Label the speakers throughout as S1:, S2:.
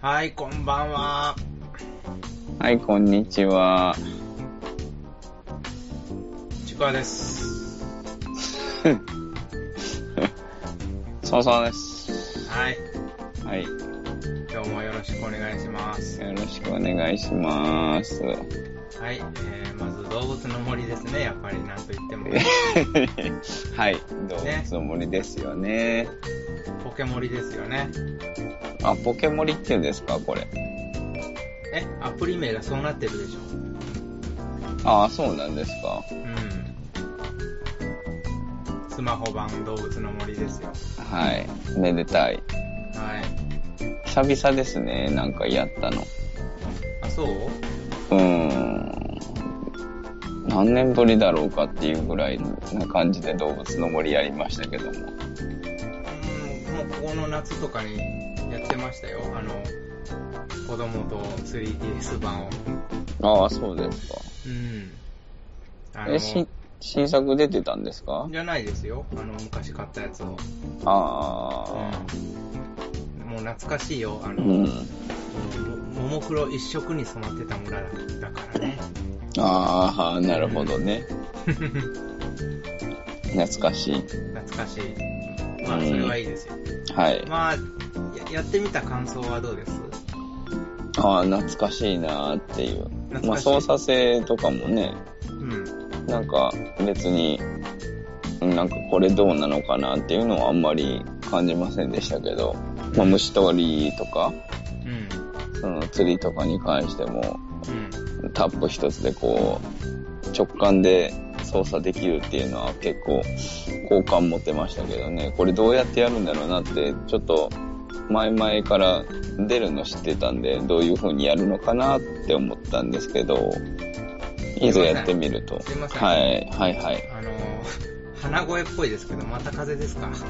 S1: はい、こんばんは。
S2: はい、こんにちは。
S1: ちくわです。
S2: そうそうです。
S1: はい、
S2: はい、
S1: 今日もよろしくお願いします。
S2: よろしくお願いします。
S1: はい、えー、まず動物の森ですね、やっぱりなんと言っても。
S2: はい、動物の森ですよね。
S1: ポケモリですよね。
S2: あ、ポケモリっていうんですか、これ。
S1: え、アプリ名がそうなってるでしょ。
S2: ああ、そうなんですか。
S1: うん。スマホ版動物の森ですよ。
S2: はい、めでたい。
S1: はい。
S2: 久々ですね、なんかやったの。
S1: あ、そう
S2: うーん。何年ぶりだろうかっていうぐらいな感じで動物の森やりましたけども。
S1: うん、もうここの夏とかにやってましたよ。あの、子供と 3DS 版を。
S2: ああ、そうですか。
S1: うん。あ
S2: え、し、新作出てたんですか
S1: じゃないですよ。あの、昔買ったやつを。
S2: ああ、
S1: うんもう懐かしいよ。あ
S2: う
S1: の、も
S2: ん。
S1: ももクロ一色に染まってた村だだからね。
S2: ああ、なるほ どね。懐かしい。
S1: 懐かしい。まあ、それはいいですよ。
S2: はい。
S1: まあ、ややってみた感想はどうです
S2: ああ、懐かしいなーっていう。
S1: 懐
S2: ま
S1: か
S2: あ、
S1: しい。
S2: 操作性とかもね、
S1: うん。
S2: なんか別に、なんかこれどうなのかなっていうのはあんまり感じませんでしたけど、まあ、虫捕りとか、
S1: うん。
S2: その釣りとかに関しても、
S1: うん。
S2: タップ一つでこう、直感で操作できるっていうのは結構好感持てましたけどね、これどうやってやるんだろうなって、ちょっと前々から出るの知ってたんで、どういう風にやるのかなって思ったんですけど、いざやってみると。
S1: すいません
S2: はい、はい、はい。
S1: あの、 鼻声っぽいですけど、また風邪ですか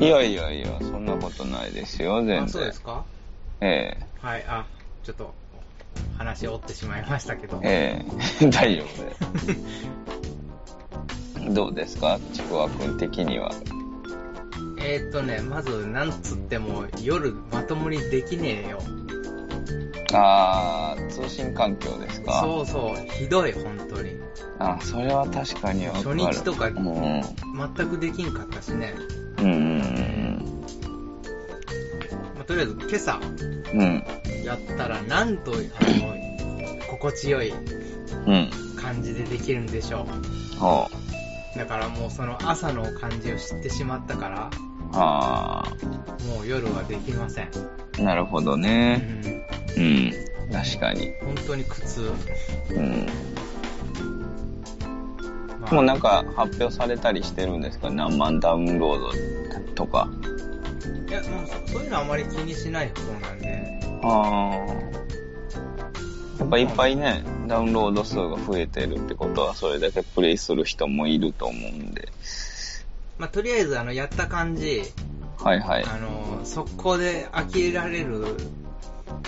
S2: いやいやいや、そんなことないですよ、全然。
S1: あ、そうですか
S2: ええ
S1: はい、あ、ちょっと、話を折ってしまいましたけど。
S2: ええ 大丈夫 です。どうですかちくわくん的には。
S1: えーっとね、まず、なんつっても、夜まともにできねえよ。
S2: あー、通信環境ですか
S1: そうそう、ひどい、本当に。
S2: あ、それは確かにわか
S1: 初
S2: る。
S1: 日とか、
S2: うん。うん
S1: 全くできんかったしね。
S2: うん
S1: まあ、とりあえず、今朝、
S2: うん。うん。
S1: やったら、なんと、あの、心地よい
S2: うん。
S1: 感じでできるんでしょ
S2: ほう。
S1: う。だからもう、その朝の感じを知ってしまったから、
S2: あ
S1: もう夜はできません。
S2: ー、なるほど
S1: う
S2: ね。
S1: ん、
S2: うん。確かに。
S1: 本当に苦痛。
S2: うん。
S1: まあ
S2: もうなんか発表されたりしてるんですか何万ダウンロードとか。
S1: いや、もうそ、そういうのあまり気にしない方なんで。
S2: あー。やっぱいっぱいね、ダウンロード数が増えてるってことは、それだけプレイする人もいると思うんで。
S1: まあ、とりあえず、あの、やった感じ、
S2: はいはい。
S1: あの、速攻で飽きられる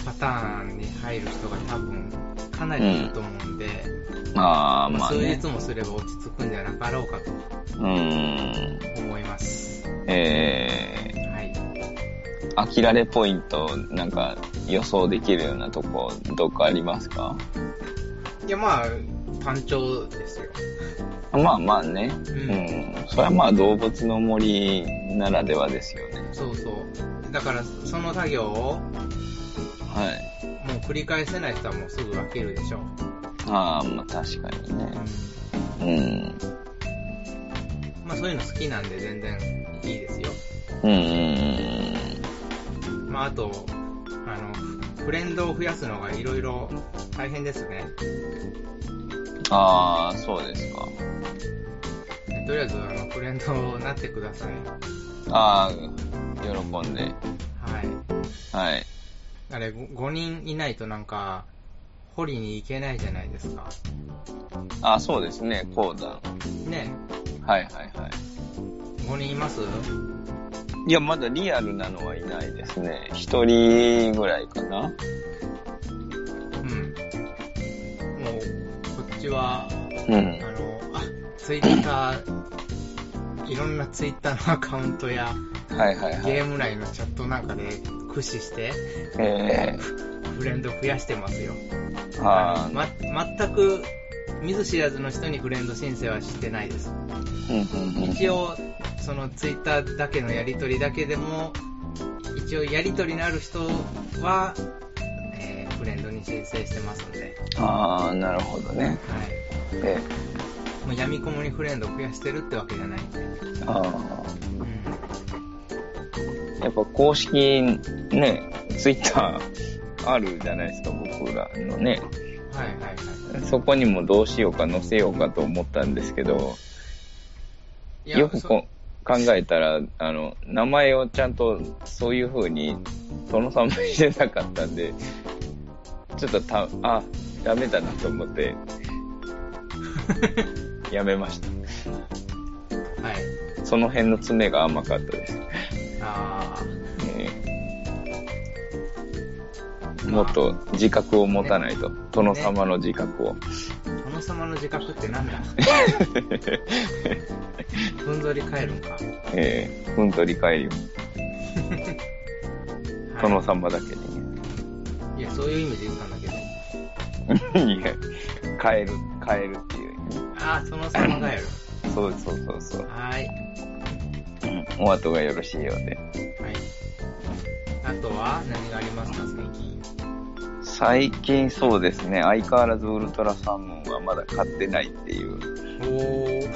S1: パターンに入る人が多分、かなりいると思うんで、
S2: あー、
S1: ま
S2: ま
S1: あ
S2: あ
S1: 数
S2: ね
S1: 日。もすれば落ち着くんじゃなかろうかと
S2: うーん。
S1: 思います。
S2: え
S1: はい。
S2: ー、飽きられポイント、なんか予想できるようなとこ、どっかありますか
S1: いや、まあ、単調ですよ。
S2: まあまあね。
S1: う。
S2: うんん。それはまあ動物の森ならではですよね。
S1: そうそう。だから、その作業を、も
S2: はい。
S1: う繰り返せない人はもうすぐ飽きるでしょう。
S2: ああ、まあ確かにね。
S1: う
S2: うん。
S1: ん。まあ、そういうの好きなんで全然いいですよ。
S2: うんうん
S1: まあ、あと、あの、フレンドを増やすのがいろいろ大変ですね。
S2: うん。ああ、そうですか。
S1: とりあえず、あの、フレンドになってください。
S2: ああ、喜んで。
S1: はい。
S2: はい。
S1: あれ、ご5人いないとなんか、掘りに行けないじゃないですか。
S2: ああ、そうですね。講談。
S1: ね
S2: はいはいはい。
S1: 5人います
S2: いや、まだリアルなのはいないですね。一人ぐらいかな。
S1: うん。もう、こっちは、
S2: うん
S1: あ。の、あ、ツイッター、いろんなツイッターのアカウントや、
S2: はいはいはい。
S1: ゲーム内のチャットなんかで、駆使して、
S2: え
S1: フレンド増やしてますよ。
S2: ー、は
S1: ま、全く、見ず知らずの人にフレンド申請はしてないです。
S2: い。うんうんうん
S1: 一応、そのツイッターだけのやりとりだけでも、一応やりとりのある人は、えーフレンドに申請してますので、
S2: ああ、なるほどね。
S1: はい。
S2: え
S1: もう闇雲にフレンドを増やしてるってわけじゃないんで。
S2: ー、ああ。
S1: うん。
S2: やっぱ公式、ね、ツイッターあるじゃないですか、僕らのね。
S1: はいはいはい。
S2: そこにもどうしようか載せようかと思ったんですけど、
S1: いや
S2: よく
S1: そ
S2: こ考えたら、あの、名前をちゃんとそういう風に、殿様にしてなかったんで、ちょっとた、あ、ダメだなと思 って、やめました。
S1: はい。
S2: その辺の詰めが甘かったです。
S1: ああ。
S2: えーもっと自覚を持たないと、殿様の自覚を。
S1: 殿様の自覚ってなんだ ふんぞり返るんか。はい
S2: えー、うんと理解を、殿様だけ
S1: いや、そういう意味で言ったんだけど。
S2: に。 いや、変える、変えるっていう。
S1: ああ、殿様がやる。
S2: そうそうそうそう。
S1: はーい。
S2: うんお後がよろしいようで。
S1: はい。あとは、何がありますか、最近。
S2: 最近そうですね、相変わらずウルトラサーモンはまだ買ってないっていう。
S1: おー。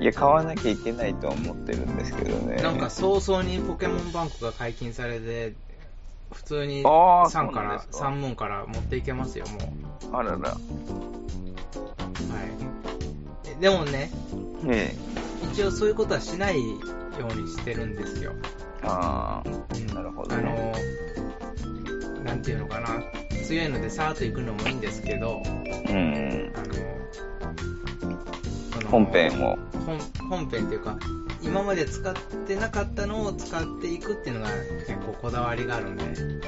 S2: いや、買わなきゃいけないとは思ってるんですけどね。
S1: なんか、早々にポケモンバンクが解禁されて、普通に
S2: あー
S1: 3か
S2: そうなん
S1: ら、
S2: ですか
S1: 三問から持っていけますよ、もう。
S2: あらら。
S1: はい。えでもね、
S2: ええ
S1: 一応そういうことはしないようにしてるんですよ。
S2: あ
S1: うん
S2: なるほどね
S1: あの、なんていうのかな、強いのでさーっと行くのもいいんですけど、
S2: あ、うん。
S1: あの、その
S2: 本編を。
S1: 本本編っていうか、今まで使ってなかったのを使っていくっていうのが結構こだわりがあるんで、う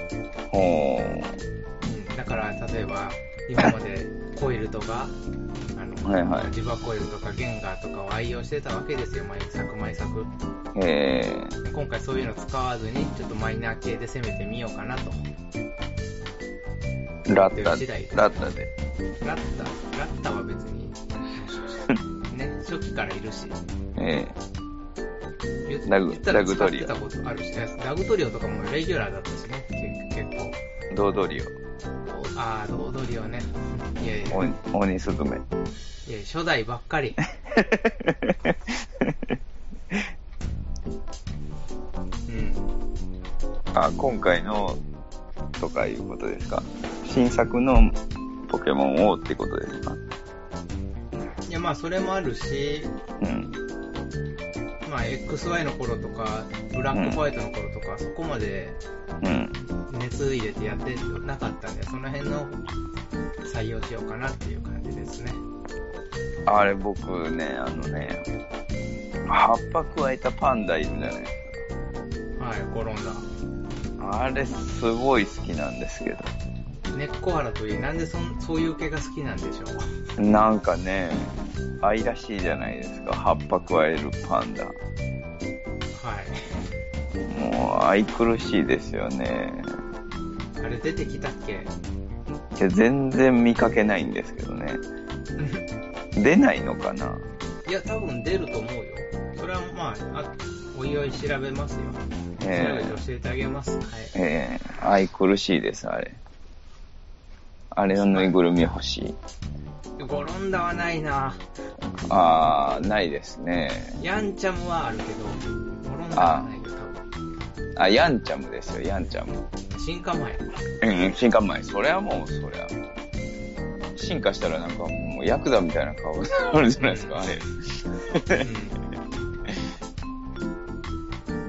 S2: ほう。
S1: ん、だから例えば今までコイルとか、あの、
S2: はいはい
S1: ジバコイルとかゲンガーとかを愛用してたわけですよ、毎作毎作。
S2: ええ
S1: で今回そういうの使わずに、ちょっとマイナー系で攻めてみようかなと。
S2: ラ
S1: って
S2: ッ
S1: る
S2: タ
S1: 次第で、
S2: ラッタで。
S1: ラッタ、ラッタは別に、ね、初期からいるし、
S2: え
S1: 言っ
S2: ダグ
S1: 言ったら
S2: ダグトリオ
S1: 使ってたことあるし、ダグトリオとかもレギュラーだったしね、け結構。
S2: え堂々りを。
S1: ああ、ドードリオね。いやいや、い
S2: お鬼すずめ。
S1: や初代ばっかり。うん。
S2: あ、今回の、とかいうことですか新作のポケモンをってことですか
S1: いや、まあ、それもあるし、
S2: うん。
S1: まあ、XY の頃とか、ブラックホワイトの頃とか、そこまで
S2: うん。
S1: 熱入れてやってなかったんで、その辺の採用しようかなっていう感じですね。
S2: あれ僕ね、あのね、葉っぱ加えたパンダいるじゃないです
S1: はい、転ん
S2: か。あれすごい好きなんですけ
S1: だ。根っこ原といい、なんでそんそういう系が好きなんでしょう。
S2: ど。なんかね、愛らしいじゃないですか。葉っぱ加えるパンダ。
S1: はい。
S2: もう愛くるしいですよね。
S1: あれ出てきたっけ
S2: いや全然見かけないんですけどね。出ないのかない
S1: や、多分出ると思うよ。それはまあ、あおいおい調べますよ。調べ
S2: え
S1: て教えてあげます。はい。
S2: えええ愛くるしいです、あれ。あれのぬいぐるみ欲しい。
S1: ゴロンダはないな
S2: あー、ないですね。
S1: ヤンチャムはあるけど、ゴロンダはないよ、多分。
S2: あ、ヤンチャムですよ、ヤンチャム。
S1: 新構え。
S2: うん、進化前。それはもう、そりゃ。進化したらなんかもうヤクザみたいな顔 になるじゃないですか、あ
S1: うん。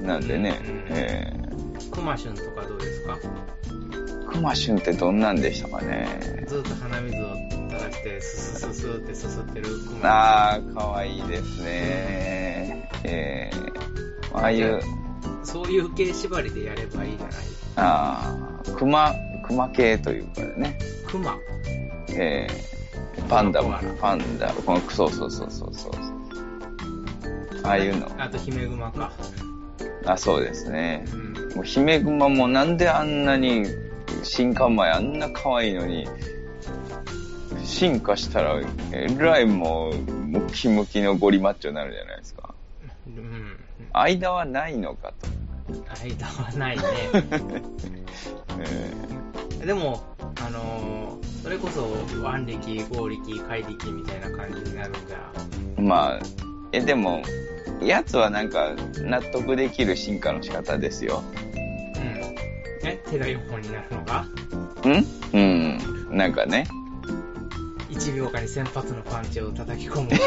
S2: れ。なんでね
S1: うん、
S2: え
S1: クマシュンとかどうですか
S2: ー、クマシュンってどんなんでしたかね。
S1: ずっと鼻水を垂らして、ススススってすすってるクマ
S2: あー、かわいいですね。えー、ああいう、
S1: シュン。そういう系縛りでやればいいじゃない。
S2: あー、クマ、クマ系というかね。
S1: クマ。
S2: えー、パンダも
S1: パンダ、
S2: パンダ、このそうそうそうそうそう。ああいうの。
S1: あと、ヒメグマか。
S2: あ、そうですね。
S1: うん
S2: もう姫熊もなんであんなに進化前あんな可愛いのに進化したらえらいもうムキムキのゴリマッチョになるじゃないですか
S1: うん、
S2: 間はないのかと、
S1: 間はないね
S2: え
S1: でもあのーそれこそ腕力合力怪力みたいな感じになるから
S2: ーまあえでもやつはなんか納得できる進化の仕方ですよ
S1: うんえ手が4本になるのが
S2: んうんなんかね
S1: 1秒間に1000発のパンチを叩き込む の
S2: い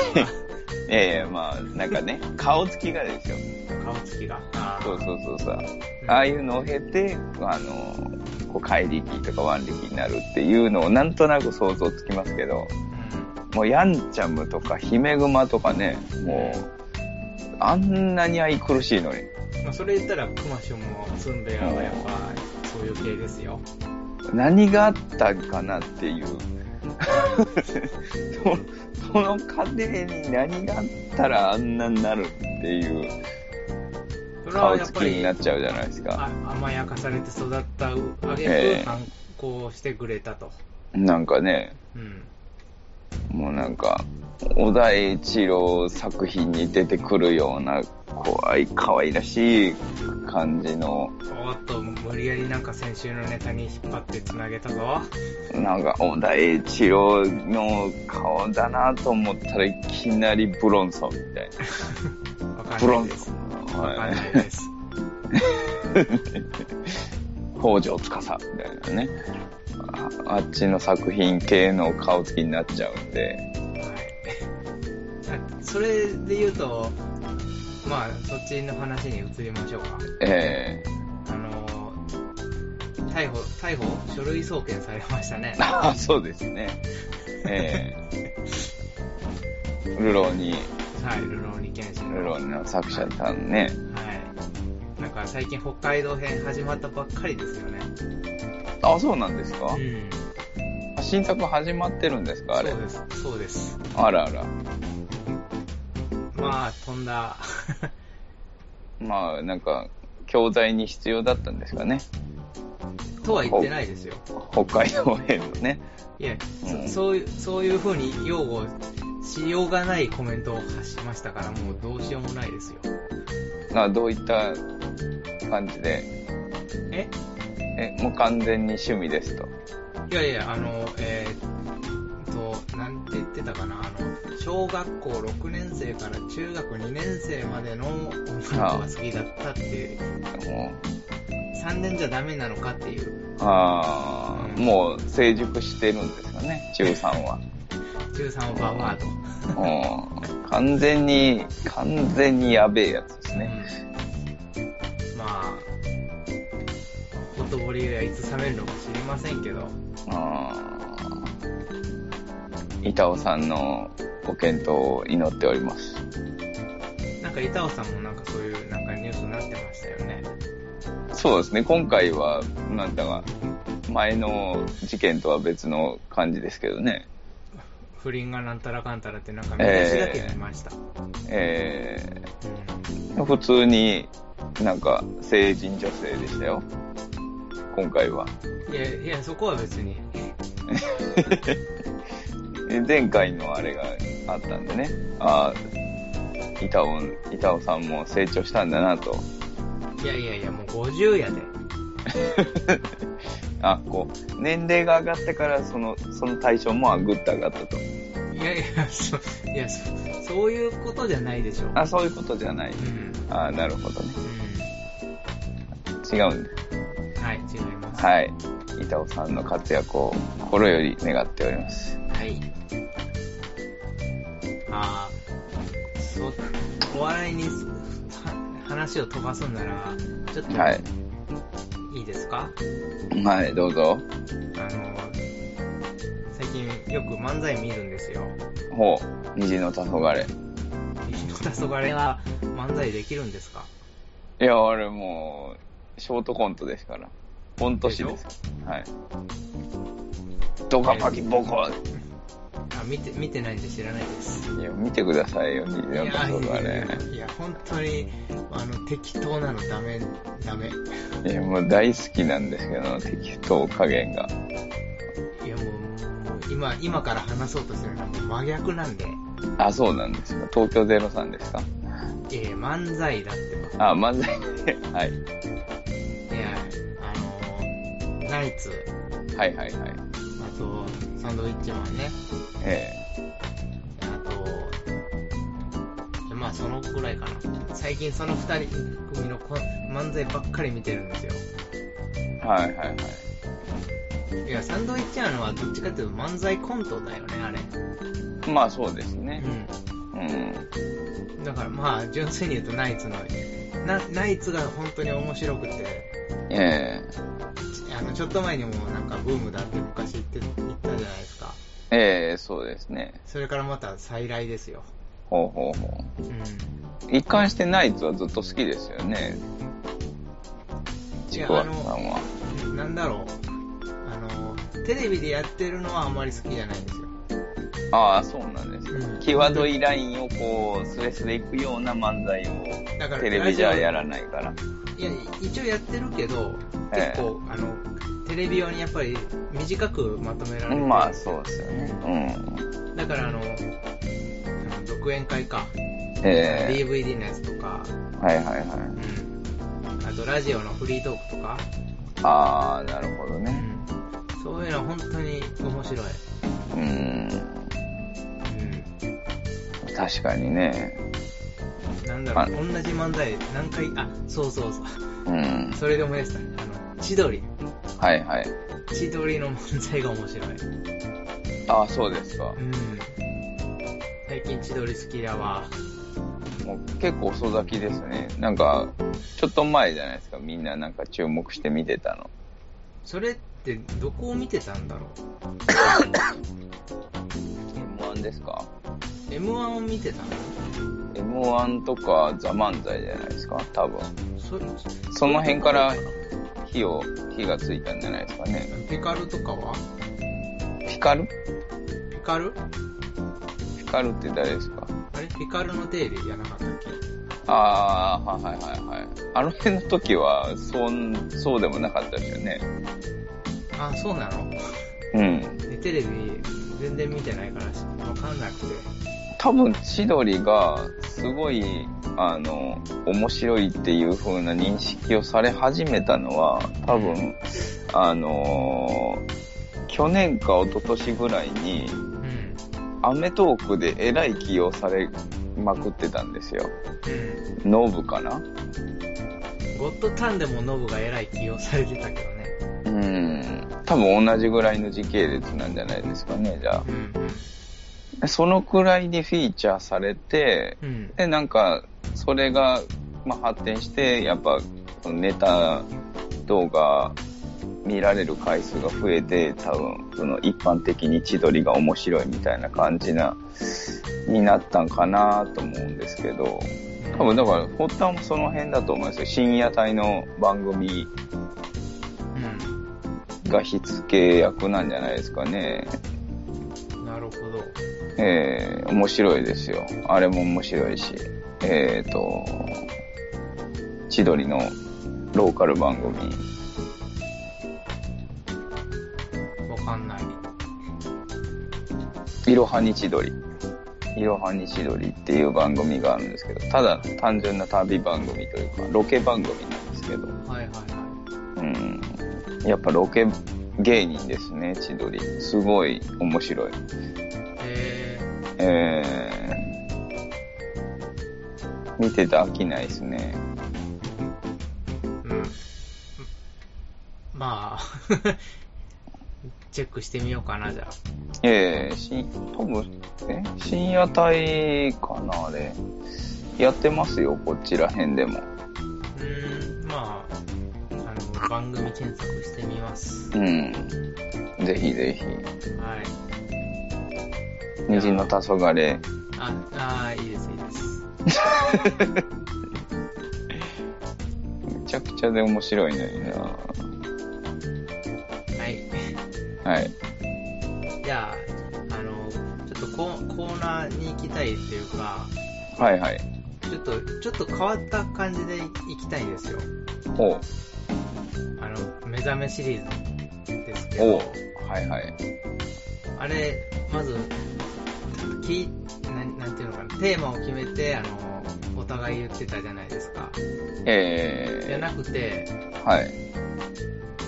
S2: やいやまあなん かね顔つきがですよ
S1: が顔つきがあー
S2: そうそうそうそう
S1: うん
S2: ああいうのを経て、あの、こう、怪力とか腕力になるっていうのをなんとなく想像つきますけど、もう、ヤンチャムとか姫熊とかね、もう、あんなに愛くるしいのに。
S1: うんまあ、それ言ったらクマショも住んでやはやっぱそういう系ですよ
S2: 何があったかなっていう。 そのその過程に何があったらあんなになるっていう
S1: それは
S2: 顔
S1: やっ
S2: つき
S1: ぱり
S2: になっちゃうじゃないですか。
S1: あ甘やかされて育ったあげ
S2: え
S1: く
S2: え
S1: 反抗してくれたと、
S2: なんかね、
S1: うん
S2: もうなんか、小田栄一郎作品に出てくるような、怖い、可愛らしい感じの、
S1: おっと無理やりなんか先週のネタに引っ張ってつなげたぞ
S2: なんか、小田栄一郎の顔だなと思ったらいきなりブロンソンみたい
S1: わか
S2: な。
S1: ん
S2: ブ
S1: な
S2: ロ
S1: い
S2: ン
S1: です
S2: ソン。
S1: わかんない
S2: は
S1: です
S2: い。北条司みたいなね。ああっちの作品系の顔つきになっちゃうんで。
S1: はいあそれで言うとまあそっちの話に移りましょうか
S2: え
S1: あの逮捕逮捕書類送検されましたね
S2: え あそうですね。ええルローに
S1: はいルローニケンシン
S2: ルローの作者さんね、
S1: はいなんか最近北海道編始まったばっかりですよね
S2: あ、そうなんですか、
S1: うん
S2: あ新作始まってるんですかあれ
S1: そう。ですそうです
S2: あらあら。
S1: まあ飛んだ
S2: まあ、なんか、教材に必要だったんですかね。
S1: とは言ってないですよ
S2: 北海道編のね。
S1: いや、
S2: うん
S1: そそういうそういう風に擁護しようがないコメントを発しましたからもうどうしようもないですよ
S2: あどういった感じで。
S1: え
S2: え、もう完全に趣味ですと。
S1: いやいやあのえーっとなんて言ってたかなあの小学校6年生から中学2年生までの女の子が好きだったっていう
S2: も
S1: 3年じゃダメなのかっていう
S2: うああ、もう成熟してるんですかね、中3は。
S1: 中3をババアと、
S2: うん。完全に、完全にやべえやつですね。
S1: うんまあほとぼりがいつ冷めるのか知りませんけど
S2: あー板尾さんのご検討を祈っております。
S1: なんか板尾さんもなんかそういうなんかニュースになってましたよね。
S2: そうですね、今回は、なんだか、前の事件とは別の感じですけどね。
S1: 不倫がなんたらかんたらってなんか見出しだけ見ました。
S2: えー、普通になんか成人女性でしたよ。今回は。
S1: うん、いやいや、そこは別に。
S2: で前回のあれがあったんでね、あー板尾、板尾さんも成長したんだなと。
S1: いやいやいや、もう50やで。
S2: あ、こう、年齢が上がってから、その、その対象もあぐっと上がったと。
S1: いやいや、そいやそそういうことじゃないでしょ。
S2: あ、そういうことじゃない。
S1: うん。
S2: あなるほどね。
S1: う
S2: 違うん
S1: ん。
S2: だ。
S1: はい、違います。
S2: はい。板尾さんの活躍を心より願っております。
S1: はい。ああ、そう、お笑いには話を飛ばすんなら、ちょっと
S2: はい。
S1: いいですか、
S2: はい、どうぞ。
S1: あの、最近よく漫才見るんですよ。
S2: ほう。虹の黄昏。
S1: 人たそがれは漫才できるんですか
S2: いや、あれもう、ショートコントですから。本年です。はい。ドカパキボコ
S1: あや、見て、見てないんで知らないです。
S2: いや、見てくださいよ、
S1: い
S2: 24
S1: や、
S2: とか
S1: い
S2: ね
S1: や。いや、本当に、あの、適当なのダメ、ダメ。
S2: いや、もう大好きなんですけど、適当加減が。
S1: いや、もう、もう今、今から話そうとするのはもう真逆なんで、
S2: あ、そうなんですか。東京03ですか
S1: えー、漫才だってば。
S2: あ、漫才。はい。
S1: い や、あの、ナイツ、
S2: はいはいはい。
S1: あと、サンドウィッチマンね、
S2: え
S1: あと、まあそのくらいかな。最近その二人組のこ漫才ばっかり見てるんですよ。
S2: えはいはいはい。
S1: いや、サンドウィッチマンはどっちかっていうと漫才コントだよね、あれ。
S2: まあそうですね。
S1: う
S2: うん。
S1: ん。だからまあ、純粋に言うとナイツの、なナイツが本当に面白くて、
S2: え
S1: ちあの、ちょっと前にもなんかブームだって昔言って、言ったじゃないですか。
S2: えええそうですね。
S1: それからまた再来ですよ。
S2: ほうほうほ
S1: うん。
S2: う。一貫してナイツはずっと好きですよね。
S1: い
S2: ち
S1: や
S2: くわさんは。
S1: なんだろう。あの、テレビでやってるのはあんまり好きじゃないんですよ。
S2: ああ、そうなんです
S1: うん
S2: ね。際どいラインをこう、スレスレいくような漫才を
S1: だから
S2: テレビじゃやらないから。
S1: いや、一応やってるけど、
S2: え
S1: 結構、あの、テレビ用にやっぱり短くまとめられて、
S2: まあそうですよね。
S1: だからあの、あの独演会か、
S2: うん。ええ
S1: DVD のやつとか、
S2: はいはいは
S1: う
S2: い。
S1: ん、あとラジオのフリートークとか、
S2: ああ、なるほど
S1: う
S2: ね。
S1: ん、そういうのは本当に面白い。
S2: うん。確かにね。
S1: うん、なんだろう、同じ漫才何回、あ、そうそうそう、
S2: うん。
S1: それで思い出した。あの、千鳥。
S2: はいはい。
S1: 千鳥の漫才が面白い。
S2: ああ、そうですか。
S1: うん。最近千鳥好きやわ。
S2: もう結構遅咲きですね。なんか、ちょっと前じゃないですか。みんななんか注目して見てたの。
S1: それってどこを見てたんだろ
S2: M1 ですか
S1: う ?M1 を見てたの
S2: ?M1 とかザ・漫才じゃないですか多分。
S1: そ
S2: その辺から火を、火がついたんじゃないですかね。
S1: ピカルとかは
S2: ピカル
S1: ピカル
S2: ピカルって誰ですか
S1: あれピカルの定理じゃなかったっけ
S2: ああ、はいはいはいはい。あの辺の時は、そう、そうでもなかったですよね。
S1: あ、そうなの
S2: うん。
S1: えテレビ全然見てないからわかんなくて。
S2: 多分千鳥がすごいあの面白いっていう風な認識をされ始めたのは多分あの去年か一昨年ぐらいに
S1: うん。
S2: 『アメトーーク』でえらい起用されまくってたんですよ。
S1: う。
S2: ノブかなん
S1: ゴッドタンでもノブがえらい起用されてたけどね。
S2: うん。多分同じぐらいの時系列なんじゃないですかね、じゃ
S1: うん
S2: あ。そのくらいにフィーチャーされて、
S1: うん。うん。
S2: で、なんか、それが、まあ、発展して、やっぱ、そのネタ動画見られる回数が増えて、多分、その一般的に千鳥が面白いみたいな感じな、になったんかなと思うんですけど、多分だから、発端はその辺だと思いますよ。深夜帯の番組が火付け役なんじゃないですかね。
S1: うん。なるほど。
S2: えー、面白いですよ。あれも面白いし。えっ、ー、と、千鳥のローカル番組。
S1: わかんない。
S2: いろはに千鳥。いろはに千鳥っていう番組があるんですけど、ただ単純な旅番組というか、ロケ番組なんですけど、
S1: はいはいは
S2: うん。やっぱロケ芸人ですね、千鳥。すごい面白い。
S1: い。え
S2: えー、見てて飽きないですね。
S1: ー、うん。まあ、 チェックしてみようかな、じゃあ。
S2: ええし、多分、え深夜帯かな、あれ。やってますよ、こちら辺でも。
S1: うーん、まあ、あの、番組検索してみます。
S2: うん。ぜひぜひ。
S1: はい。
S2: 虹の黄昏。
S1: あ、あーいいです、いいです。
S2: めちゃくちゃで面白いのにな
S1: はい。
S2: はい。
S1: じゃあ、あの、ちょっととココーナーに行きたいっていうか、
S2: はいはい。
S1: ちょっと、ちょっと変わった感じで行きたいんですよ。
S2: ほう。
S1: あの、目覚めシリーズですけ
S2: お
S1: ど
S2: う、はいはい。
S1: あれ、まず、きなんなんていうのかな、テーマを決めて、あの、お互い言ってたじゃないですか。じゃ
S2: え
S1: なくて、
S2: ー、はい。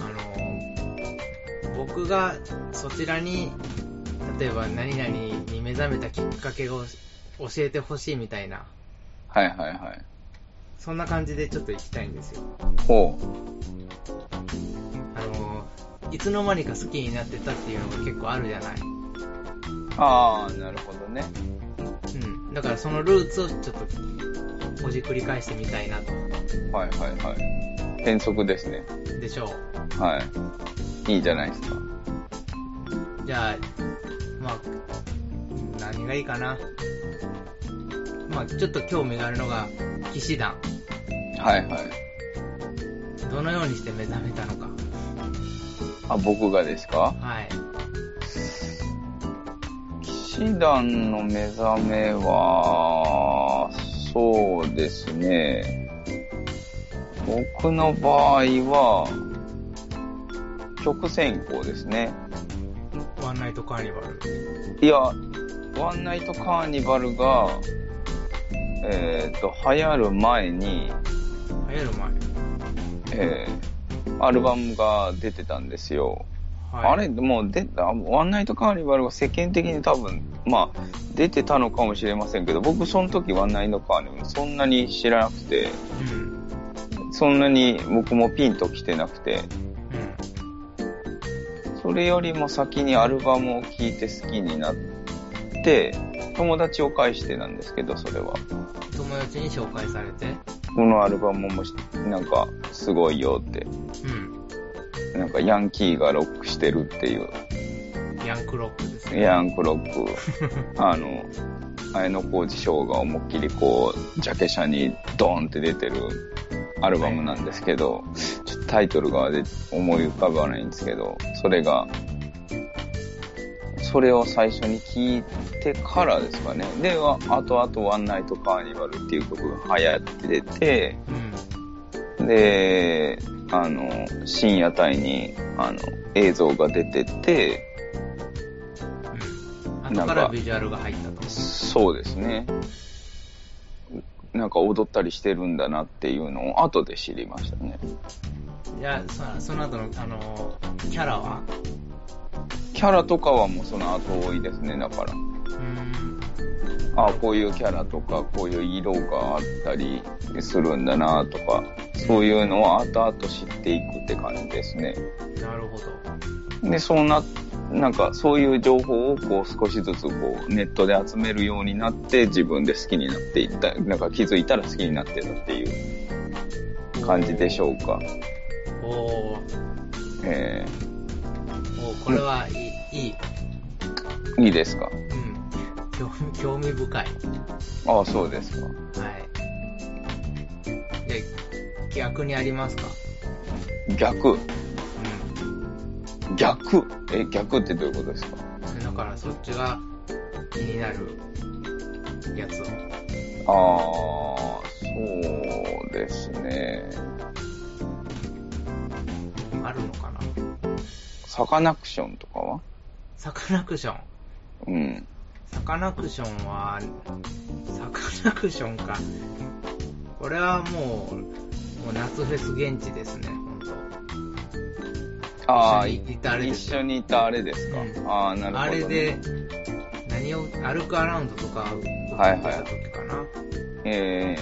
S1: あの、僕がそちらに、例えば何々に目覚めたきっかけを教えてほしいみたいな、
S2: はいはいはい。
S1: そんな感じでちょっと行きたいんですよ。
S2: ほ
S1: あの、いつの間にか好きになってたっていうのが結構あるじゃない。
S2: う。あー、なるほどね。
S1: うん。だからそのルーツをちょっと、ほじくり返してみたいなと。
S2: はいはいはい。転職ですね。
S1: でしょ
S2: はい。いいじゃないですか。
S1: う。じゃあ、まあ、何がいいかな。まあ、ちょっと興味があるのが、騎士団。
S2: はいはい。
S1: どのようにして目覚めたのか。
S2: あ、僕がですか
S1: はい。
S2: 騎士団の目覚めは、そうですね。僕の場合は、曲選考ですね。
S1: ワンナイトカーニバル。
S2: いや、ワンナイトカーニバルが、えっ、と、流行る前に、
S1: 流行る前。
S2: えーアルバムが出てたんですよ。
S1: はい、
S2: あれ、もう出た、ワンナイトカーニバルが世間的に多分、まあ、出てたのかもしれませんけど、僕その時ワンナイトカーニバルそんなに知らなくて、
S1: うん。
S2: そんなに僕もピンと来てなくて、
S1: うん。
S2: それよりも先にアルバムを聴いて好きになって、友達を介してなんですけど、それは。
S1: 友達に紹介されて。
S2: このアルバムもしなんかすごいよって、
S1: うん。
S2: なんかヤンキーがロックしてるっていう、
S1: ヤンクロックですね。
S2: ヤンクロック、あの、綾小路翔が思いっきりこう、ジャケ写にドーンって出てるアルバムなんですけど、ちょっとタイトルがで思い浮かばないんですけど、それが、それを最初に聞いてからですかね。で、あとあとワンナイトカーニバルっていう曲が流行ってて、
S1: うん。
S2: で、あの、深夜帯に、あの、映像が出てて、
S1: うん。後からビジュアルが入ったと。
S2: そうですね。なんか踊ったりしてるんだなっていうのを後で知りましたね。
S1: じゃあ、そその後の、あのー、キャラは
S2: キャラとかはもうその後追いですね、だから。
S1: うーん。
S2: あこういうキャラとか、こういう色があったりするんだなとか、そういうのを後々知っていくって感じですね。
S1: なるほど。
S2: で、そうな、なんかそういう情報をこう少しずつこうネットで集めるようになって自分で好きになっていった、なんか気づいたら好きになってたっていう感じでしょうか。
S1: おおー
S2: え
S1: おーこれはいい、いい。
S2: ー、いいですか
S1: うん。興味興味深い。
S2: ああ、そうですか。
S1: はい。で、逆にありますか
S2: 逆、
S1: う
S2: 逆、え、逆ってどういうことですか
S1: ん。だからそっちが気になるやつを。
S2: ああ、そうですね。
S1: あるのかな
S2: サカナクションとかは
S1: サカナクション。
S2: うん。
S1: サカナクションは、サカナクションか。これはもう、もう夏フェス現地ですね、ほんと。
S2: ああ、
S1: 一緒に行ったあれです
S2: 一緒に行ったあれですか。
S1: うん
S2: ああ、なるほど、
S1: あれで、何を、歩くアラウンドとか、
S2: はいはい
S1: た時かな。
S2: え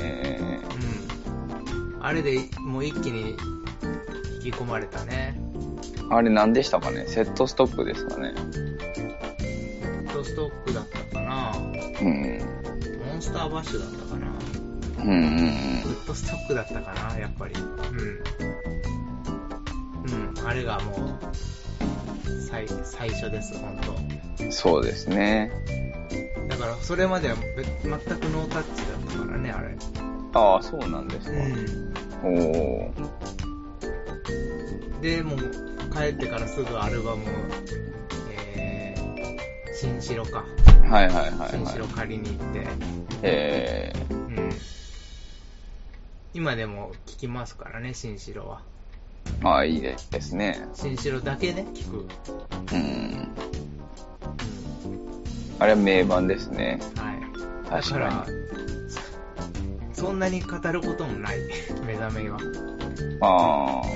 S1: う
S2: ー、
S1: ん。あれで、もう一気に引き込まれたね。
S2: あれ何でしたかねセットストップですかね
S1: レッドストックだったかな。
S2: うん。
S1: モンスターバッシュだったかな。
S2: うんうん
S1: レッドストックだったかな、やっぱり。うん。うん、あれがもう、最、最初です、本
S2: うん。そうですね。
S1: 当だから、それまではべ全くノータッチだったからね、あれ。
S2: ああ、そうなんですか。おー
S1: ん。で、もう、帰ってからすぐアルバム、えー、新城か。
S2: はいはいはい
S1: 新
S2: はい
S1: 城。借りに行って、
S2: えー、
S1: うん。今でも聞きますからね、新城は。
S2: まあいいですね。
S1: 新城だけね、聞く。
S2: う
S1: う
S2: ん。あれは名盤ですね。
S1: ん。はい。だ
S2: 確
S1: か
S2: からに。、
S1: そそんなに語ることもない、目覚めは。
S2: ああ。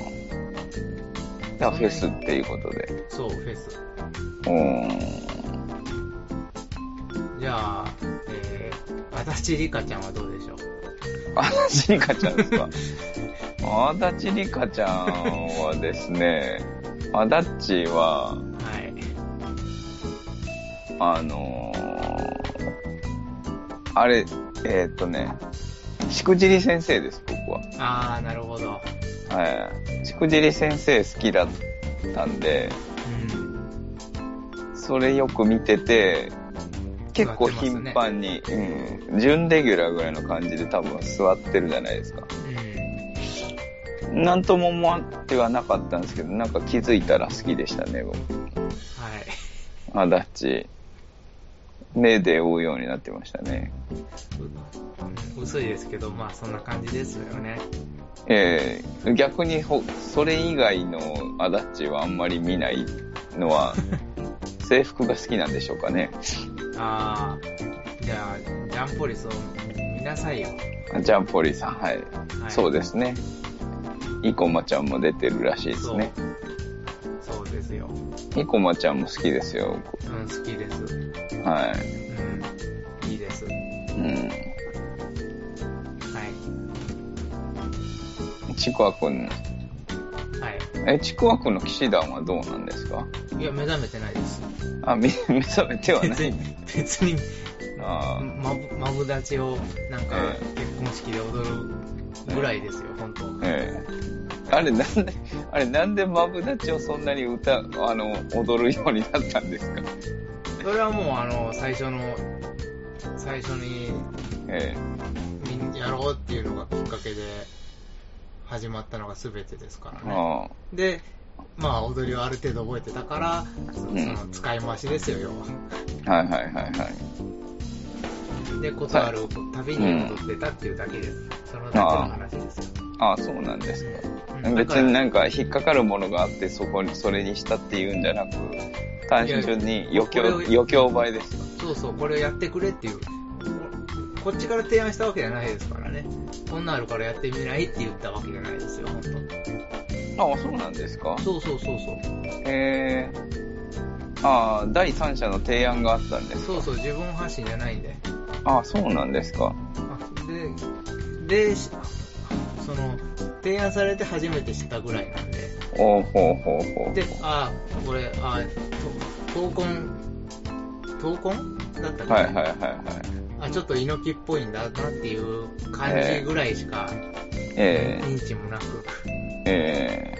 S2: じゃあフェスっていうことで。
S1: そう、フェス。
S2: うーん。
S1: じゃあ、えー、足立梨花ちゃんはどうでしょう
S2: 足立梨花ちゃんですか足立梨花ちゃんはですね、足立は、
S1: はい。
S2: あのーあれ、えーっとね、しくじり先生です、僕は。
S1: あー、なるほど。
S2: はい。しくじり先生好きだったんで、
S1: うん。
S2: それよく見てて、結構
S1: 座ってます
S2: 頻
S1: ね
S2: 繁に、うん、準レギュラーぐらいの感じで多分座ってるじゃないですか。
S1: うん。
S2: なんとも思ってはなかったんですけど、なんか気づいたら好きでしたね、僕。
S1: はい。
S2: あだっち。目で追うようになってましたね。
S1: う薄いですけど、まあそんな感じですよね。
S2: えー、逆にほ、それ以外のアダッチはあんまり見ないのは、 制服が好きなんでしょうかね。
S1: あー、じゃあ、ジャンポリスを見なさいよ。
S2: ジャンポリさん、はい。
S1: はい、
S2: そうですね。イコマちゃんも出てるらしいですね。
S1: そう。そうですよ。
S2: イコマちゃんも好きですよ。
S1: うん、好きです。
S2: は。
S1: うん。いいです。はい
S2: うん。ちくわくん、
S1: い。はい。
S2: え、ちくわくんの騎士団はどうなんですか
S1: いや、目覚めてないです。
S2: あ、み 目覚めてはな
S1: 別
S2: い。
S1: に、別に、
S2: あー
S1: まぶ、まぶ立ちを、なんか
S2: え、
S1: 結婚式で踊るぐらいですよ、本当
S2: ええあれなんで、 あれなんでマブダチをそんなに歌、あの、踊るようになったんですか
S1: それはもう、あの、最初の、最初に、
S2: ええ
S1: みんやろうっていうのがきっかけで、始まったのが全てですからね。
S2: あ
S1: で、まあ、踊りをある程度覚えてたから、そそ
S2: ん
S1: の、使い回しですよ、要は。
S2: あ、はいはいはいはい。
S1: で、ことあるたびに踊ってたっていうだけです。そのだけの話ですよ。
S2: ああ、そうなんですか。
S1: うんうん
S2: 別になんか引っかかるものがあって、そこに、それにしたっていうんじゃなく、単純に余興、
S1: いやこれを
S2: 余興映えですか。
S1: そうそう、これをやってくれっていう。ここっちから提案したわけじゃないですからね。こんなんあるからやってみないって言ったわけじゃないですよ、本
S2: ああ、そうなんですか
S1: 当。そうそうそうそう。
S2: ええああ、第三者の提案があったんです。
S1: そうそう、自分発信じゃないんで。
S2: ああ、そうなんですか。
S1: あで、で、しその、提案されて初めて知ったぐらいなんで。
S2: おうほうほうほう。
S1: で、ああ、これ、ああ、と闘魂、闘魂だったっけ
S2: はいはいはいはい。
S1: あ、ちょっと猪木っぽいんだなっていう感じぐらいしか
S2: ええ
S1: 認知もなく。
S2: え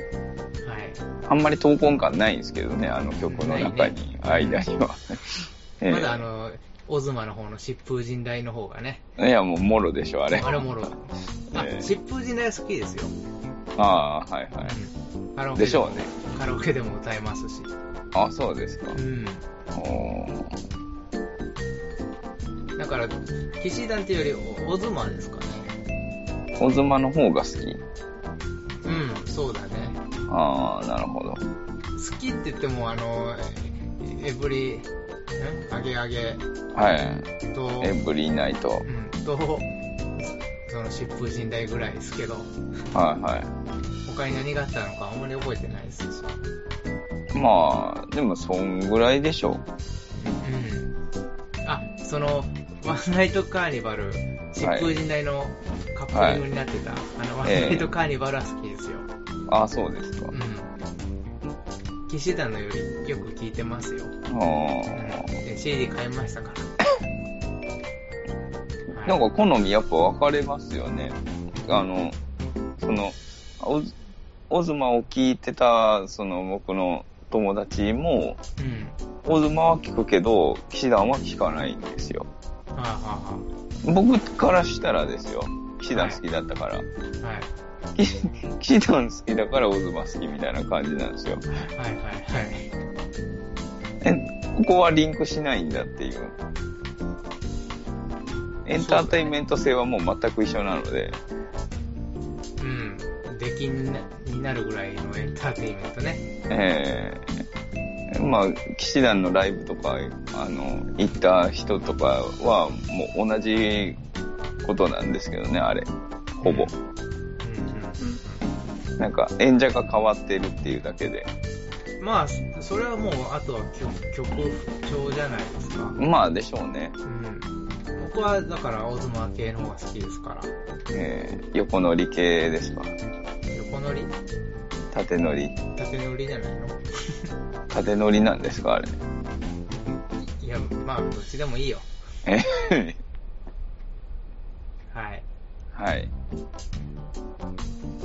S2: え
S1: はい。
S2: あんまり闘魂感ないんですけどね、あの曲の中に、間には。ええ
S1: まだあの、オズマの方の疾風陣大の方がね、
S2: いや、もう、もろでしょ、あれ。
S1: あれもろ。あ、
S2: ええ
S1: 疾風陣大好きですよ。
S2: ああ、はいはい。
S1: カラオケ
S2: でしょうね。
S1: カラオケでも歌えますし。
S2: あそうですか
S1: う。ん。
S2: おー
S1: だから、騎士団っていうより、おオズマですかね。
S2: オズマの方が好き。
S1: うん、そうだね。
S2: ああ、なるほど。
S1: 好きって言っても、あの、エエブリ、んアゲアゲ
S2: はい。
S1: と、
S2: エブリーナイト。
S1: うん、と、その疾風陣大ぐらいですけど、
S2: はいは
S1: 他に何があったのかあんまり覚えてないですし。
S2: い。まあ、でも、そんぐらいでしょう。
S1: うんあ、その、ワンナイトカーニバル、疾風陣大のカップリングになってた、あの、ワンナイトカーニバルは好きですよ。
S2: ああ、そうですか。
S1: うん。騎士団のよりよく聞いてますよ。
S2: あ
S1: うん
S2: あ。
S1: で CD 買いましたから。
S2: なん
S1: は
S2: か、好みやっぱ分かれますよね。あの、その、オズオズマを聞いてた、その、僕の友達も、
S1: い、うん。
S2: オズマは聞くけど、騎士団は聞かないんですよ。
S1: はあ、は
S2: 僕からしたらですよ。騎士団好きだったから。
S1: あはあ、はい。
S2: 騎士騎士団好きだからオズマ好きみたいな感じなんですよ。
S1: はいはいはい。
S2: え、ここはリンクしないんだっていう。エンターテインメント性はもう全く一緒なので、
S1: うん。出禁になるぐらいのエンターテインメントね。
S2: ええまあ、騎士団のライブとか、あの、行った人とかは、もう同じことなんですけどね、あれ。ほぼ。
S1: うん
S2: なんか、演者が変わってるっていうだけで。
S1: うんうん。まあ、そそれはもう、あとは曲、曲不調じゃないですか。
S2: まあ、でしょうね。
S1: うん。僕は、だから、オズマ系の方が好きですから。
S2: えー横乗り系ですか。
S1: 横乗り
S2: 縦乗り。
S1: 縦乗りじゃないの
S2: 縦乗りなんですか、あれ。
S1: いや、まあ、どっちでもいいよ。
S2: えー
S1: はい。
S2: はい。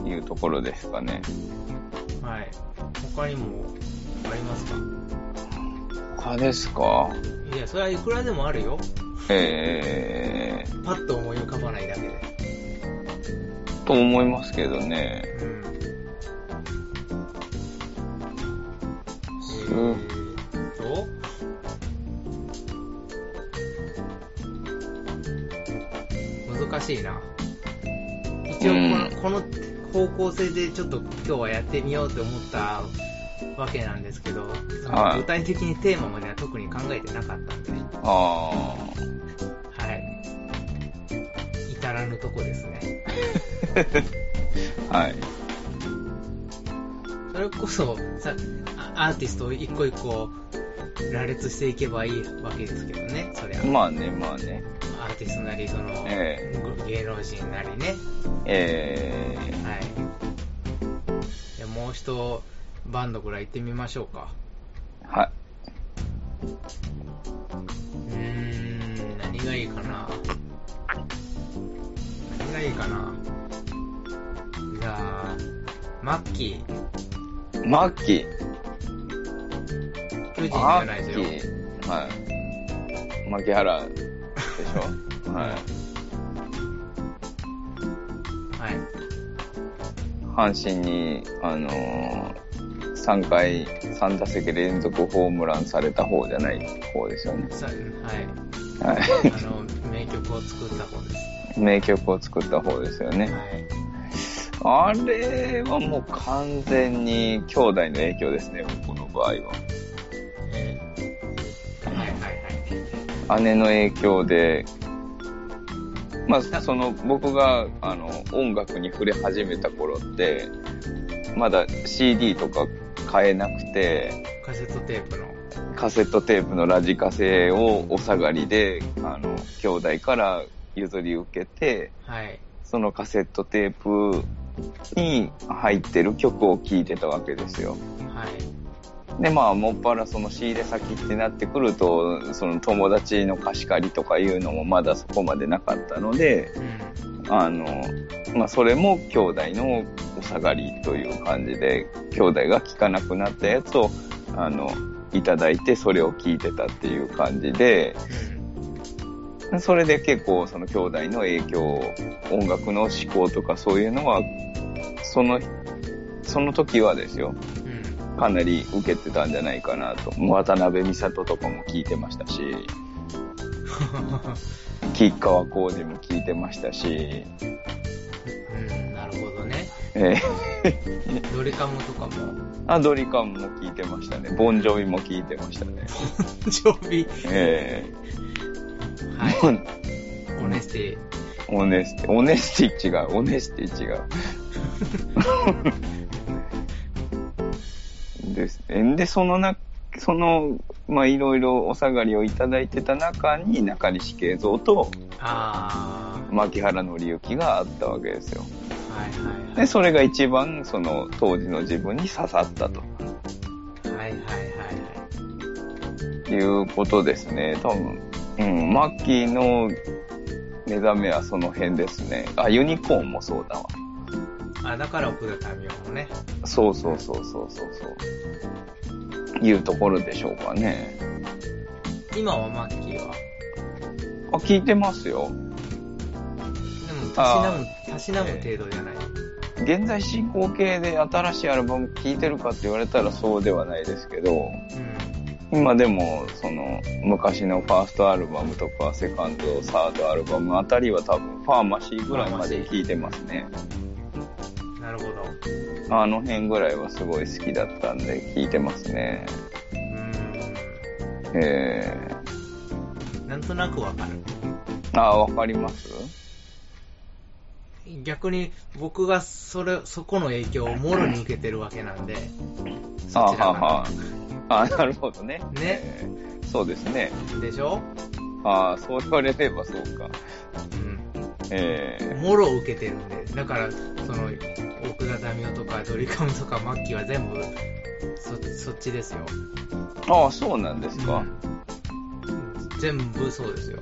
S2: いうところですかね。
S1: はい。他にも、ありますか
S2: 他ですか
S1: いや、それはいくらでもあるよ。
S2: えー、
S1: パッと思い浮かばないだけで。
S2: と思いますけどね。
S1: うん。え
S2: す
S1: ーっと、難しいな。一応
S2: うん
S1: この、この方向性でちょっと今日はやってみようと思ったわけなんですけど、その具体的にテーマまでは特に考えてなかったんで、
S2: あ
S1: はい。至らぬとこですね。
S2: ー、はい。
S1: それこそ、さ、あアーティストを一個一個羅列していけばいいわけですけどね、そりゃ。
S2: まあね、まあね。
S1: アーティストなり、その、
S2: え
S1: 芸能人なりね。
S2: え
S1: はい。でもう一バンドぐらい行ってみましょうか。
S2: ー、は、
S1: うーん、何がいいかな。何がいいかな。じゃあ、マッキー。
S2: マッキー。
S1: 巨人じ
S2: マ
S1: ゃない
S2: ッ
S1: で
S2: キ
S1: すよ。
S2: ー。はい。牧原でし ょはい。
S1: はい。
S2: 阪神に、あのー、3回、3打席連続ホームランされた方じゃない方ですよね。
S1: さ はい。
S2: はい。
S1: あの、名曲を作った方です。
S2: 名曲を作った方ですよ
S1: は
S2: ね。
S1: い。
S2: あれはもう完全に兄弟の影響ですね、僕の場合
S1: えーはいはいはい。
S2: は。姉の影響で、まあ、その、僕が、あの、音楽に触れ始めた頃って、まだ CD とか買えなくて、
S1: カセットテープの。
S2: カセットテープのラジカセをお下がりで、あの、兄弟から譲り受けて、
S1: はい。
S2: そのカセットテープに入ってる曲を聴いてたわけですよ。
S1: はい。
S2: で、まあ、もっぱらその仕入れ先ってなってくると、その友達の貸し借りとかいうのもまだそこまでなかったので、
S1: うん。
S2: あの、まあ、それも兄弟のお下がりという感じで、兄弟が聞かなくなったやつを、あの、いただいて、それを聞いてたっていう感じで、それで結構その兄弟の影響、音楽の思考とかそういうのは、その、その時はですよ、
S1: うん。うん。
S2: かなり受けてたんじゃないかなと。渡辺美里とかも聞いてましたし、吉川浩司も聞いてましたし、
S1: うん、なるほど ね。
S2: え
S1: ドリカムとかも。
S2: ー、アドリカンも聞いてましたね。ボンジョビも聞いてましたね。
S1: ジョビ。
S2: え
S1: はい。
S2: ー、
S1: オネスティ。
S2: オネスティ、オネスティ違う、オネスティ違う。 です。で、そのな、その、まあ、いろいろお下がりをいただいてた中に、中西慶三と
S1: あ
S2: 牧原紀之があったわけですよ。
S1: ー。はいはいは
S2: で、それが一番、その、当時の自分に刺さったと
S1: い。はいはいは
S2: いうことですね。多分、うん、マッキーの目覚めはその辺ですね。あ、ユニコーンもそうだわ。
S1: いはい。あ、だから奥田民生もね。
S2: そうそうそうそうそうそう。いうところでしょうかね。
S1: 今はマッキーは。
S2: あ、聞いてますよ。
S1: でも、たしな
S2: あ
S1: む、たしなむ程度じゃない。
S2: 現在進行形で新しいアルバム聴いてるかって言われたらそうではないですけど、
S1: うん。
S2: 今でも、その、昔のファーストアルバムとか、セカンド、サードアルバムあたりは多分、ファーマシーぐらいまで聴いてますね。
S1: なるほど。
S2: あの辺ぐらいはすごい好きだったんで、聴いてますね。
S1: う
S2: え
S1: ーん。なんとなくわかる。
S2: ー、あ、わかります
S1: 逆に僕がそれ、そこの影響をもろに受けてるわけなんで、
S2: あ
S1: そ
S2: は
S1: ちら
S2: は
S1: か
S2: あ、なるほどね。
S1: ね
S2: えーそうですね。
S1: ら。でしょ
S2: ああ、そう言われればそうか。
S1: うん。
S2: えー、
S1: もろ受けてるんで、だから、その、奥田民生とかドリカムとかマッキーは全部、そ、そっちですよ。
S2: ああ、そうなんですか。
S1: うん全部そうですよ。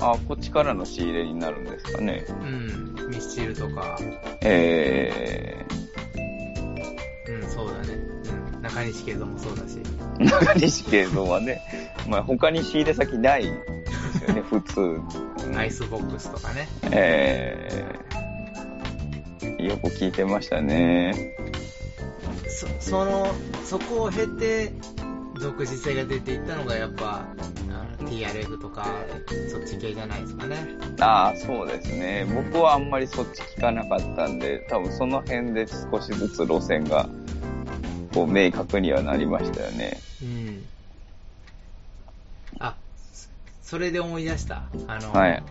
S2: ああ、こっちからの仕入れになるんですかね。
S1: うん。ミスチルとか、
S2: え
S1: うん、そうだね。うん。中西圭三もそうだし。
S2: ー、中西慶三はね、まあ他に仕入れ先ないです よね、普通。
S1: アイスボックスとかね。
S2: えー、よく聞いてましたね。
S1: そそのそこを経て独自性が出ていったのがやっぱあの TRF とかそっち系じゃないですかね
S2: ああ、そうですね。僕はあんまりそっち聞かなかったんで、多分その辺で少しずつ路線が、こう、明確にはなりましたよね。
S1: うんあそそれで思い出したあの、
S2: はい。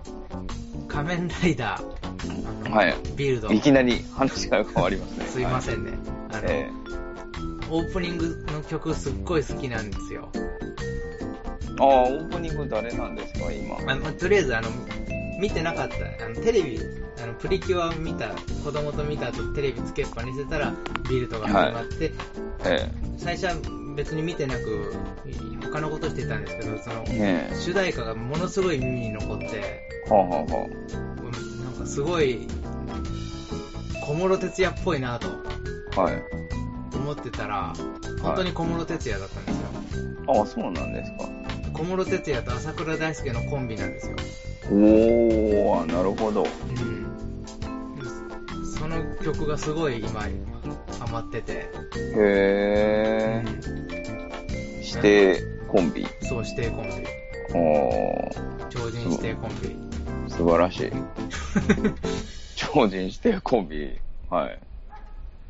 S1: 仮面ライダーあの、
S2: はい
S1: ビルド
S2: いきなり話が変わりますね。
S1: すいませ
S2: ん。
S1: んね、あの、
S2: え
S1: オープニングの曲すっごい好きなんですよ
S2: ー、ああ、オープニング誰なんですか、今。
S1: あのとりあえずあの見てなかったあのテレビあのプリキュア見た子供と見た後テレビつけっぱにしてたらビルドが始まって、
S2: え
S1: 最初は別に見てなく他のことしてたんですけどその
S2: ー、ね
S1: 主題歌がものすごい耳に残って
S2: え。はあ、はあは
S1: うんなんかすごい小室哲哉っぽいなと
S2: あ、はい。
S1: 思ってたら本当に小室哲哉だったんですよ、
S2: ああ、そうなんですか。
S1: 小室哲哉と朝倉大輔のコンビなんですよ、
S2: おー、あなるほど。
S1: うん、その曲がすごい今ハマってて、
S2: へえ。指定コンビ。
S1: そう指定コンビ
S2: おー。
S1: 超人指定コンビ
S2: 素晴らし い。超人指定コンビ。はい。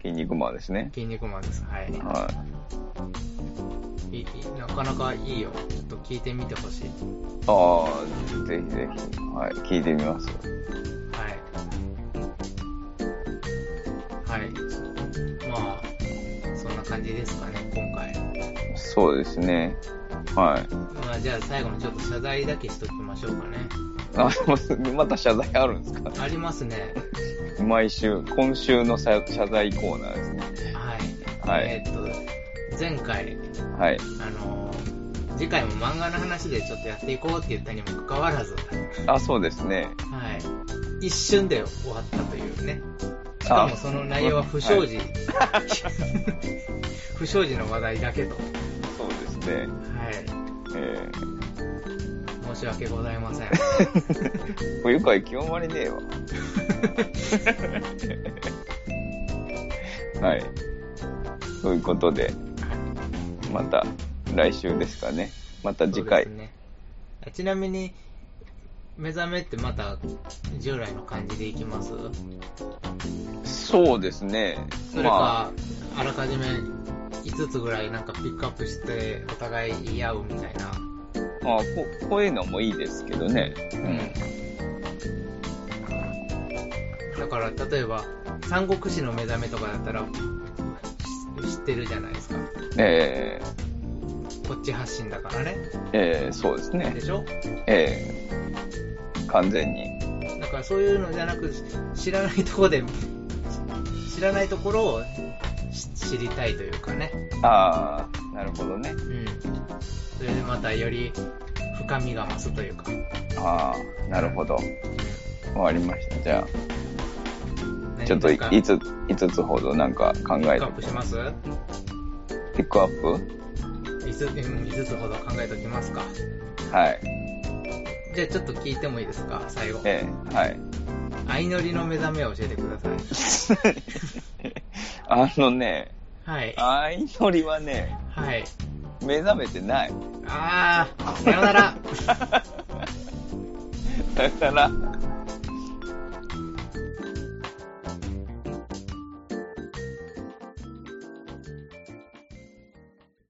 S2: 筋肉マンですね。
S1: 筋肉マンですはい
S2: はい
S1: いいなかなかいいよ。ちょっと聞いてみてほしい。
S2: い。ああ、ぜひぜひ。はい。聞いてみます。
S1: はい。はい。まあ、そんな感じですかね、今回。
S2: そうですね。はい。
S1: まあ、じゃあ最後にちょっと謝罪だけしときましょうかね。
S2: あ、でもまた謝罪あるんですか
S1: ありますね。
S2: 毎週、今週の謝謝罪コーナーですね。
S1: はい。
S2: は
S1: え
S2: い
S1: ーっと、前回、
S2: はい。
S1: あのー次回も漫画の話でちょっとやっていこうって言ったにもかかわらず、
S2: あ、そうですね。
S1: はい。一瞬で終わったというね。しかもその内容は不祥事。 不祥事の話題だけと。は
S2: そうですね。
S1: い。
S2: え
S1: 申し訳ございません。
S2: ー、不愉快極まりね えわ。はい。ということで、また来週ですかね。また 次回
S1: そう。ですねあちなみに、目覚めってまた従来の感じでいきます
S2: そうですね。
S1: それか、あらかじめ5つぐらいなんかピックアップしてお互い言い合うみたいな。
S2: まあ、あここういうのもいいですけどね。
S1: だから、例えば、三国志の目覚めとかだったら、し知ってるじゃないですか。
S2: え
S1: こっち発信だからね。
S2: ー、えー、そうですね
S1: で。しょ
S2: えー、完全に。
S1: だからそういうのじゃなく、知らないとこで、し知らないところをし知りたいというかね。
S2: ああ、なるほどね。
S1: うん。それでまたより深みが増すというか。
S2: ああ、なるほど。終わりました。じゃ
S1: うん
S2: あ、ちょっとい
S1: 何か
S2: つ、5つほどなんか考
S1: ピッ
S2: え
S1: ク
S2: て
S1: アッ、プします
S2: ピックアップ
S1: ?5 つ、5つほど考えておきますか。
S2: はい。
S1: じゃあちょっと聞いてもいいですか、最後。
S2: えー、はい。
S1: 相乗りの目覚めを教えてください。
S2: あのね、
S1: はい。
S2: 相乗りはね、
S1: はい。
S2: 目覚めてない。
S1: ああ、さよなら。
S2: だから、